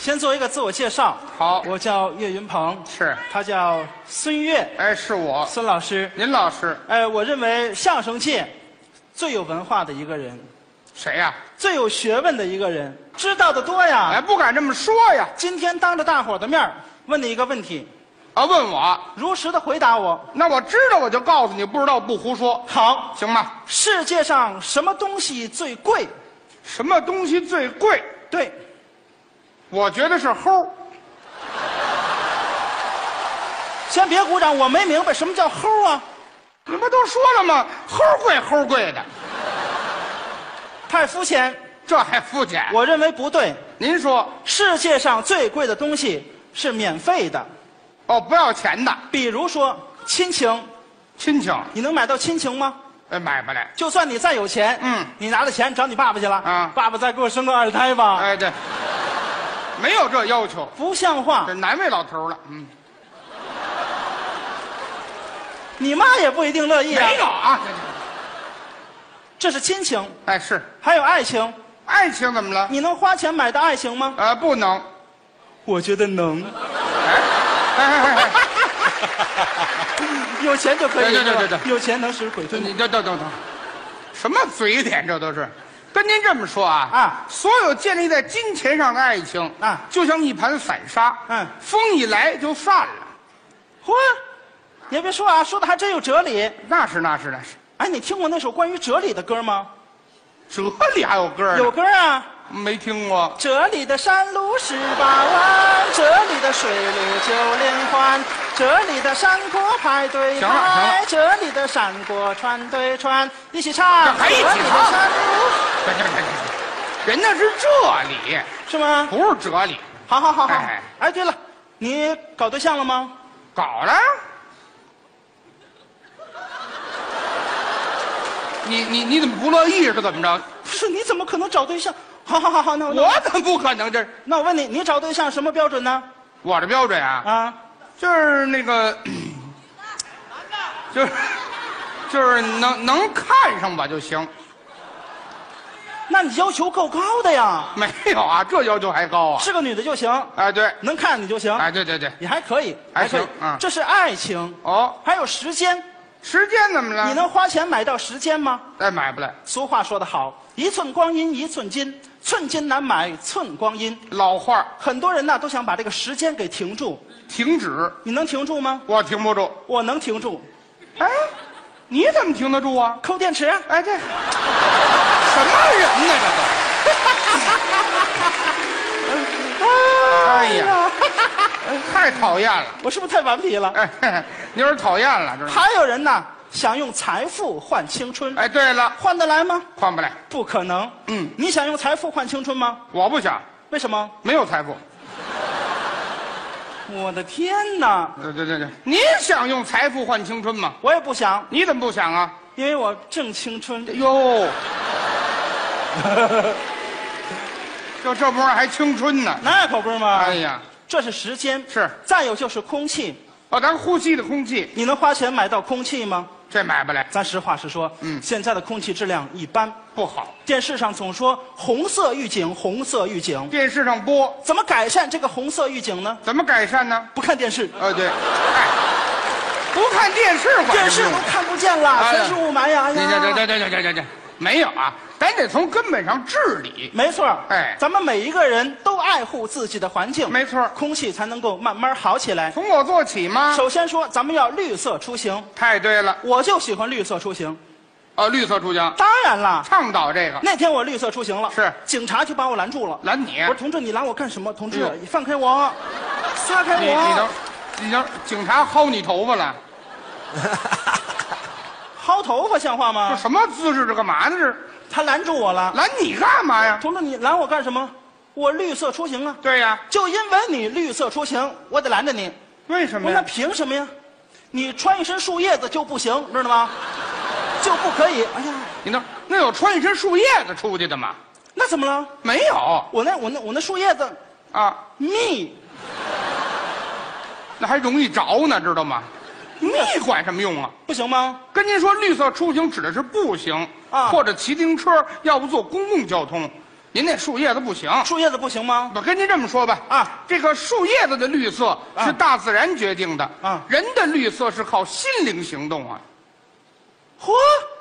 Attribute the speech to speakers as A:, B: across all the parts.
A: 先做一个自我介绍，
B: 好，
A: 我叫岳云鹏，
B: 是，
A: 他叫孙越，
B: 哎，是我，
A: 孙老师。
B: 林老师，
A: 哎，我认为相声界最有文化的一个人，
B: 谁呀、
A: 最有学问的一个人，知道的多呀。
B: 哎，不敢这么说呀。
A: 今天当着大伙儿的面儿问你一个问题，
B: 啊，问我，
A: 如实的回答我。
B: 那我知道我就告诉你，不知道不胡说，
A: 好，
B: 行吗？
A: 世界上什么东西最贵？
B: 什么东西最贵？
A: 对，
B: 我觉得是齁。
A: 先别鼓掌，我没明白什么叫齁啊，
B: 你不都说了吗？齁贵，齁贵的，
A: 太肤浅，
B: 这还肤浅。
A: 我认为不对。
B: 您说，
A: 世界上最贵的东西是免费的，
B: 哦，不要钱的
A: 比如说亲情，
B: 亲情，
A: 你能买到亲情吗？
B: 哎，买不来。
A: 就算你再有钱，
B: 嗯
A: 你拿了钱找你爸爸去了，
B: 啊
A: 爸爸再给我生个二胎吧，
B: 哎，对，没有这要求，
A: 不像话
B: 这。难为老头了。嗯，
A: 你妈也不一定乐意啊
B: 没。有啊。
A: 这是亲情，
B: 哎，是
A: 还有爱情，
B: 爱情怎么了？
A: 你能花钱买到爱情吗？
B: 呃，不能。
A: 我觉得能，
B: 哎哎哎哎，
A: 有钱就可以。
B: 对对对
A: 是吧
B: 对对
A: 有钱能使鬼推磨。
B: 你这等等等，什么嘴脸这都是？跟您这么说啊
A: 啊
B: 所有建立在金钱上的爱情
A: 啊
B: 就像一盘散沙，
A: 嗯
B: 风一来就散了。
A: 嚯，你还别说啊，说的还真有哲理。
B: 那是那是那是，
A: 哎，你听过那首关于哲理的歌吗？
B: 这里还有歌
A: 有啊
B: 呢，
A: 歌啊。
B: 没听过。
A: 这里的山路十八弯，这里的水路九连环，这里的山锅排对
B: 行了行
A: 排
B: 了，
A: 这里的山锅串对串，一起唱。
B: 这还一起
A: 这里的
B: 唱
A: 山路
B: 啊别别别别别人那是这里，
A: 是吗？
B: 不是哲理。
A: 好好好好
B: 哎。
A: 哎，对了，你搞对象了吗？
B: 搞了。你你你怎么不乐意是怎么着？
A: 不是，你怎么可能找对象？好好好好，那我那我
B: 我怎么不可能？这是
A: 那我问你，你找对象什么标准呢？
B: 我的标准啊，
A: 啊，
B: 就是那个， 就是就是能能看上我就行。
A: 那你要求够高的呀，
B: 没有啊，这要求还高啊！
A: 是个女的就行，
B: 哎对，
A: 能看你就行，
B: 哎对对对，
A: 也还可以，
B: 还
A: 可以
B: 行嗯。
A: 这是爱情，
B: 哦，
A: 还有时间。
B: 时间怎么了？
A: 你能花钱买到时间吗？
B: 哎买不来，
A: 俗话说得好，一寸光阴一寸金，寸金难买寸光阴。
B: 老话儿
A: 很多人呢都想把这个时间给停住，
B: 停止，
A: 你能停住吗？
B: 我停不住。
A: 我能停住，
B: 哎，你怎么停得住啊？
A: 抠电池啊。
B: 哎，这什么人呢？这都！哎呀，太讨厌了！
A: 我是不是太顽皮了？
B: 哎，嘿嘿你有点讨厌了，这是。
A: 还有人呢想用财富换青春，
B: 哎，对了，
A: 换得来吗？
B: 换不来，
A: 不可能。
B: 嗯，
A: 你想用财富换青春吗？
B: 我不想，
A: 为什么？
B: 没有财富。
A: 我的天哪，
B: 对对对对，你想用财富换青春吗？
A: 我也不想，
B: 你怎么不想啊？
A: 因为我正青春。
B: 哟， 就这模样还青春呢！
A: 那可不是吗？
B: 哎呀，
A: 这是时间，
B: 是
A: 再有就是空气，
B: 哦，咱呼吸的空气
A: 你能花钱买到空气吗？
B: 这买不来，
A: 咱实话实说，
B: 嗯
A: 现在的空气质量一般。
B: 不好。
A: 电视上总说红色预警，红色预警，
B: 电视上播，
A: 怎么改善这个红色预警呢？
B: 怎么改善呢？
A: 不看电视，
B: 呃，对，哎，不看电视管
A: 电视
B: 什
A: 啊
B: 么
A: 都
B: 用？
A: 看不见了，
B: 哎呀
A: 全是雾霾呀！哎
B: 你这这
A: 呀，
B: 这这这这这这没有啊，咱得从根本上治理。
A: 没错，
B: 哎
A: 咱们每一个人都爱护自己的环境，
B: 没错
A: 空气才能够慢慢好起来。
B: 从我做起吗？
A: 首先说，咱们要绿色出行，
B: 太对了，
A: 我就喜欢绿色出行。
B: 哦，绿色出行
A: 当然啦，
B: 倡导这个，
A: 那天我绿色出行了，
B: 是
A: 警察就把我拦住了。
B: 拦你，
A: 我说：“同志，你拦我干什么？同志
B: 哎呦，
A: 你放开我，撒开
B: 你你
A: 我
B: 能，你能，警察薅你头发了，！”
A: 薅头发像话
B: 这
A: 吗？
B: 什么姿势？这干嘛呢？这是
A: 他拦住我了。
B: 拦你干嘛呀？
A: 同志，你拦我干什么？我绿色出行啊！
B: 对呀，
A: 就因为你绿色出行，我得拦着你。
B: 为什
A: 我
B: 么
A: 说那
B: 呀？
A: 凭什么呀？你穿一身树叶子就不行，知道吗？就不可以。哎呀，
B: 你那那有穿一身树叶子出去的吗？
A: 那怎么了？
B: 没有
A: 我那我那我那树叶子
B: 啊，
A: 密
B: 那还容易着呢，知道吗？你管什么用啊？
A: 不行吗？
B: 跟您说，绿色出行指的是步行
A: 啊
B: 或者骑自行车，要不坐公共交通。您那树叶子不行。
A: 树叶子不行吗？
B: 我跟您这么说吧，
A: 啊，
B: 这个树叶子的绿色
A: 啊
B: 是大自然决定的，
A: 啊
B: 人的绿色是靠心灵行动啊。
A: 嚯，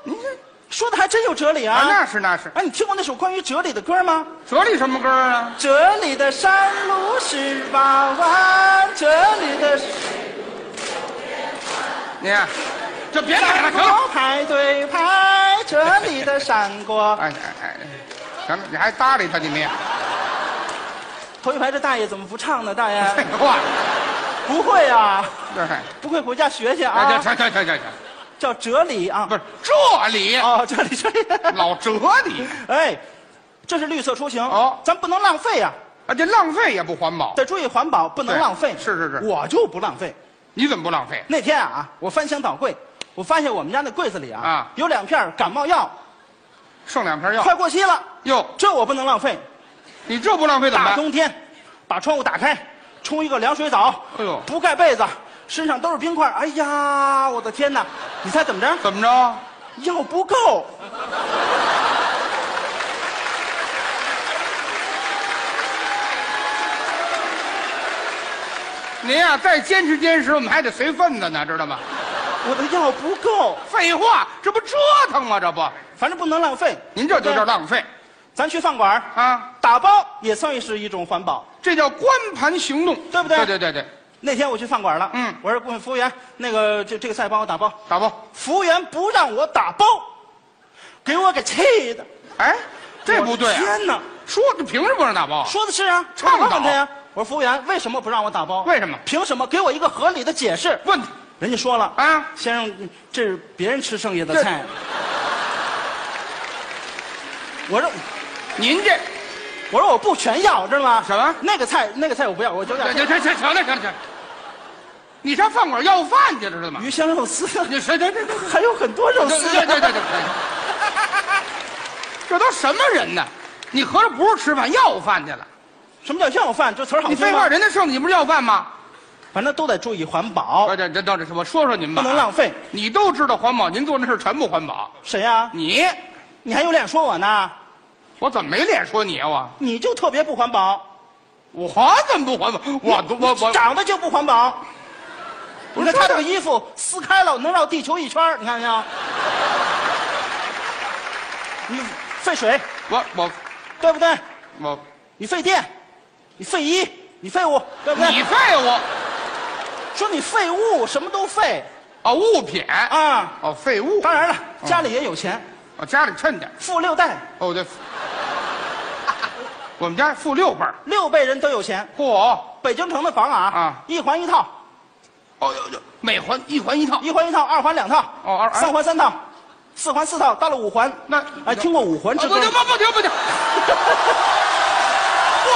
A: 您这说的还真有哲理
B: 啊，
A: 啊！
B: 那是那是，
A: 哎，你听过那首关于哲理的歌吗？
B: 哲理什么歌啊？
A: 这里的山路十八弯，这里的
B: 你看，就别来
A: 山
B: 了，行了。
A: 坡排队排，这里的山锅。
B: 哎哎哎，行了，你还搭理他你没？
A: 头一排这大爷怎么不唱呢？大
B: 废
A: 爷
B: 话，哎
A: 不会啊，
B: 这还，
A: 不会回家学学
B: 哎
A: 啊
B: 这。这这这这，
A: 叫哲理啊
B: 不，是这里，
A: 哦，这里这里，
B: 老哲理
A: 哎，这是绿色出行
B: 哦
A: 咱不能浪费啊，
B: 啊，这浪费也不环保。
A: 得注意环保，不能
B: 对
A: 浪费。
B: 是是是
A: 我就不浪费。
B: 你怎么不浪费？
A: 那天啊，我翻箱倒柜，我发现我们家那柜子里啊，
B: 啊
A: 有两片感冒药，
B: 剩两瓶药
A: 快过期了，
B: 哟，
A: 这我不能浪费。
B: 你这不浪费怎么
A: 大
B: 办？
A: 冬天，把窗户打开，冲一个凉水澡。
B: 哎呦
A: 不盖被子，身上都是冰块。哎呀，我的天哪！你猜怎么着？
B: 怎么着？
A: 药不够，
B: 您呀、再坚持坚持，我们还得随份子呢，知道吗？
A: 我的药不够，
B: 废话，这不折腾吗？这不，
A: 反正不能浪费。
B: 您这就
A: 对
B: 叫浪费
A: 咱去饭馆
B: 啊！
A: 打包也算是一种环保。
B: 这叫光盘行动，
A: 对不对
B: 对对对对，
A: 那天我去饭馆了，
B: 嗯
A: 我说问服务员，那个这这个菜帮我打包。
B: 打包。
A: 服务员不让我打包，给我给气的。
B: 哎，这不对
A: 我的
B: 啊！
A: 天哪！
B: 说你凭什么不让打包啊？
A: 说的是啊，
B: 倡导
A: 我问他呀。我说服务员，为什么不让我打包？
B: 为什么
A: 凭什么？给我一个合理的解释。
B: 问他
A: 人家说了
B: 啊，
A: 先生，这是别人吃剩下的
B: 这
A: 菜。我说，
B: 您这
A: 我说我不全要，知道吗？
B: 什么
A: 那个菜，那个菜我不要，我就要
B: 这这这这行了行了行了，你上饭馆要饭去了知道吗？
A: 鱼香肉丝，
B: 你谁这这这
A: 还有很多肉
B: 这
A: 丝。
B: 这这这这，这都什么人呢？你合着不是吃饭要饭去了？
A: 什么叫要饭？这词儿好
B: 你
A: 听吗
B: 废话，人家剩的你不是要饭吗？
A: 反正都得注意环保，
B: 这这这到底是我说说您吧，
A: 不能浪费。
B: 你都知道环保，您做那事儿全不环保。
A: 谁呀、
B: 你，
A: 你还有脸说我呢？
B: 我怎么没脸说你啊？我
A: 你就特别不环保，
B: 我怎么不环保？我我我我
A: 长得就不环保。你
B: 我
A: 看
B: 说
A: 他这
B: 的
A: 个衣服撕开了，能绕地球一圈儿你看见没有？你费水，
B: 我我
A: 对不对？
B: 我，
A: 你费电，你废衣，你废物，对不
B: 你
A: 对？
B: 废物
A: 说你废物，什么都废
B: 啊物品
A: 啊！
B: 哦废物，
A: 当然了，
B: 嗯
A: 家里也有钱，
B: 我家里趁点儿
A: 富六代，
B: 哦对，我们家付六辈儿，
A: 六辈人都有钱。
B: 嚯！
A: 北京城的房啊，
B: 啊
A: 一环一套，
B: 哦，有有，每环一环一套。
A: 一环一套，二环两套，
B: 哦二
A: 三环三套，四环四套，到了五环，
B: 那啊
A: 哎，听过五环之
B: 不
A: 歌
B: 停
A: 吗？
B: 哦不停不停，不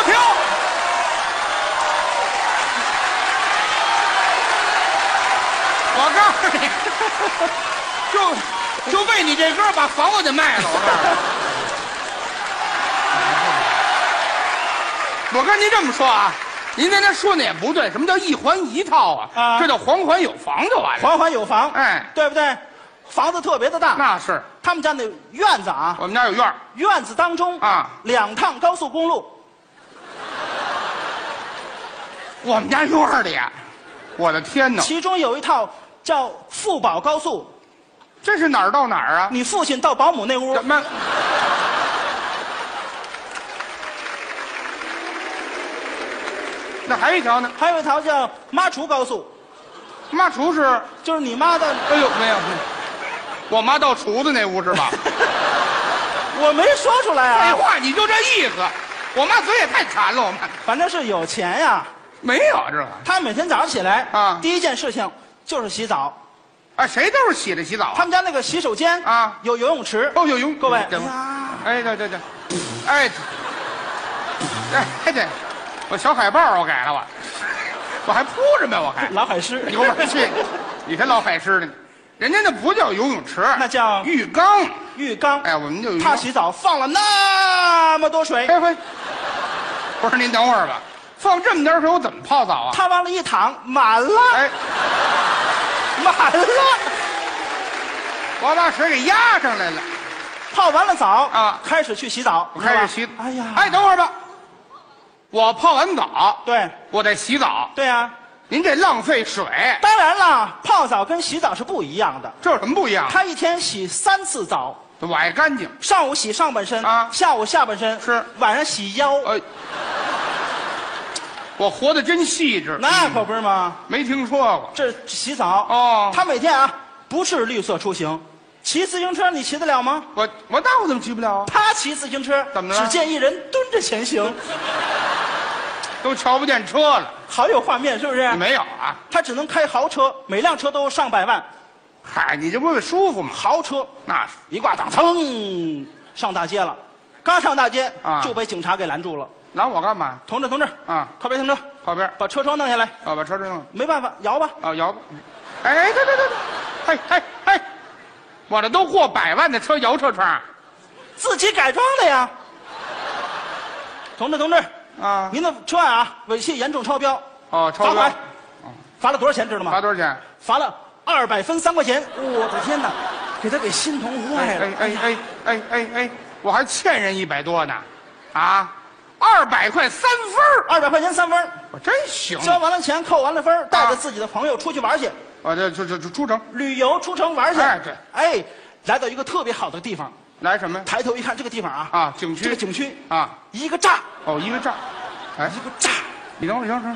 B: 停！我告诉 你，就就为你这歌把房子给卖了，我告诉你。我跟您这么说啊，您刚才说那也不对，什么叫一环一套啊？
A: 啊
B: 这叫环环有房就完了。
A: 环环有房，
B: 哎
A: 对不对？房子特别的大，
B: 那是，
A: 他们家那院子啊，
B: 我们家有院儿
A: 院子当中
B: 啊
A: 两趟高速公路，
B: 我们家院儿里，啊我的天哪，
A: 其中有一套叫富保高速，
B: 这是哪儿到哪儿啊？
A: 你父亲到保姆那屋
B: 怎，么？那还有一条呢？
A: 还有一条叫妈厨高速，
B: 妈厨是，哎
A: 就是你妈的，
B: 呦，没有，我妈到厨子那屋是 吧？
A: 我没说出来
B: 废
A: 啊，
B: 话，你就这意思。我妈嘴也太馋了，我妈
A: 反正是有钱呀、
B: 没有这个。
A: 他每天早上起来
B: 啊
A: 第一件事情就是洗澡。
B: 啊，谁都是洗着洗澡
A: 他
B: 啊。
A: 们家那个洗手间
B: 啊
A: 有游泳池，
B: 哦，有泳，
A: 各位，
B: 等会儿
A: 呀
B: 哎，对对对，哎，哎哎对，我小海报我改了我，我还铺着呗我还。
A: 老海狮，
B: 游泳去，你才老海狮呢，人家那不叫游泳池，
A: 那叫
B: 浴缸。
A: 浴缸，
B: 哎，我们就有浴
A: 他
B: 缸。
A: 洗澡放了那么多水，
B: 哎喂，不是您等会儿吧？放这么点水，我怎么泡澡啊？
A: 他往里一躺，满了，
B: 哎，
A: 满了。
B: 我把水给压上来了。
A: 泡完了澡
B: 啊
A: 开始去洗澡，
B: 我开
A: 是
B: 始洗
A: 吧。哎呀，
B: 哎，等会儿吧，我泡完澡，
A: 对
B: 我得洗澡。
A: 对呀、
B: 您这浪费水，
A: 当然了，泡澡跟洗澡是不一样的，
B: 这有什么不一样？
A: 他一天洗三次澡，
B: 我爱干净。
A: 上午洗上半身
B: 啊
A: 下午下半身
B: 是
A: 晚上洗腰，
B: 哎，我活得真细致，
A: 那可不是吗？
B: 没听说过。
A: 这是洗澡
B: 哦
A: 他每天啊不是绿色出行，骑自行车你骑得了吗？
B: 我我那我怎么骑不了啊？
A: 他骑自行车
B: 怎么了
A: 只见一人蹲着前行，
B: 都瞧不见车了，
A: 好有画面，是不是？
B: 没有啊？
A: 他只能开豪车，每辆车都上百万，
B: 嗨，你这不是舒服吗？
A: 豪车
B: 那是
A: 一挂档，噌上大街了。刚上大街
B: 啊
A: 就被警察给拦住了。
B: 拦我干嘛？
A: 同志，同志，
B: 啊，
A: 靠边停车，
B: 靠边儿，
A: 把车窗弄下来。
B: 啊，把车扔了，
A: 没办法，摇吧。
B: 啊，摇吧。哎，对对对对，嘿嘿嘿，我这都过百万的车摇车窗
A: 自己改装的呀。同志，同志，
B: 啊？
A: 您的车案啊，猥亵严重超标，
B: 哦，超
A: 罚
B: 标
A: 款，罚了多少钱知道
B: 罚
A: 吗？
B: 多少钱？
A: 罚了二百分三块钱。我的天哪，给他给心疼坏
B: 哎
A: 了。
B: 哎哎哎哎哎哎，我还欠人一百多呢，啊，二百块三分儿
A: 二百块钱三分儿，
B: 我真行，
A: 交完了钱，扣完了分
B: 啊
A: 儿，带着自己的朋友出去玩去，
B: 我这这这这出城
A: 旅游出城玩去。
B: 哎对
A: 哎，来到一个特别好的地方，
B: 来什么呀？
A: 抬头一看，这个地方啊，
B: 啊，景
A: 这个
B: 区
A: 景区
B: 啊，
A: 一个炸，
B: 哦，一个炸，哎，
A: 一个炸，
B: 你等会儿，你等会儿，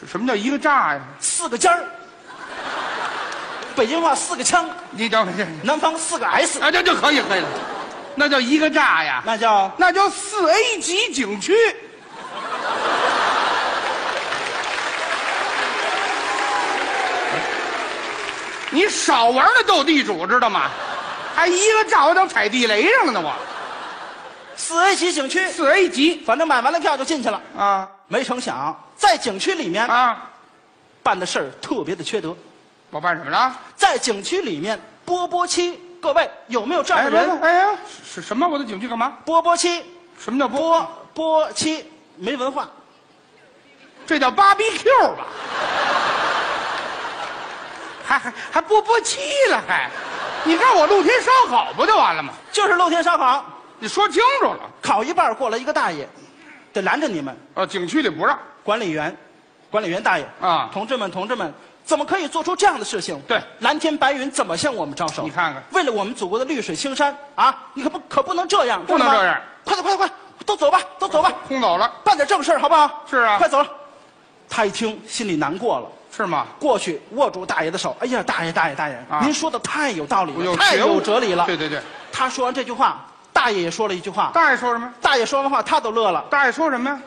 B: 什什么叫一个炸呀？
A: 四个尖儿，北京话四个枪，
B: 你等会儿，
A: 南方四个 S，
B: 啊，这就可以可以了，那叫一个炸呀，
A: 那叫
B: 那叫四 A 级景区。你少玩那斗地主，知道吗？还一个炸，我等踩地雷上了呢！我
A: 四 A 级景区。
B: 四 A 级
A: 反正买完了票就进去了，
B: 啊
A: 没成想在景区里面
B: 啊！
A: 办的事儿特别的缺德，
B: 我办什么了？
A: 在景区里面波波七，各位有没有这样
B: 哎
A: 的
B: 别
A: 人？
B: 别哎呀，是什么？我的景区干嘛？
A: 波波七，
B: 什么叫播？
A: 波波七，没文化，
B: 这叫 BBQ 吧？还还还播播气了还？你看我露天烧烤不就完了吗？
A: 就是露天烧烤，
B: 你说清楚了。
A: 烤一半儿过来一个大爷，得拦着你们
B: 呃，景区里不让。
A: 管理员，管理员大爷
B: 啊
A: 同志们同志们，怎么可以做出这样的事情？
B: 对
A: 蓝天白云怎么向我们招手？
B: 你看看，
A: 为了我们祖国的绿水青山啊，你可不可不能这样？
B: 不能
A: 知道吗
B: 这样，
A: 快点快点快，都走吧，都走吧。
B: 轰走了，
A: 办点正事儿好不好？
B: 是啊
A: 快走了。他一听心里难过了，
B: 是吗？
A: 过去握住大爷的手，哎呀，大爷大爷大爷，
B: 啊
A: 您说的太有道理
B: 我
A: 了，
B: 有
A: 太
B: 觉悟
A: 有哲理了
B: 对。对对，
A: 他说完这句话，大爷也说了一句话，
B: 大爷说什么？
A: 大爷说完话他都乐了。
B: 大爷说什么呀？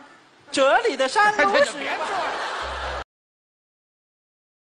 A: 这里的山
B: 哎
A: 都
B: 这
A: 是
B: 别说了。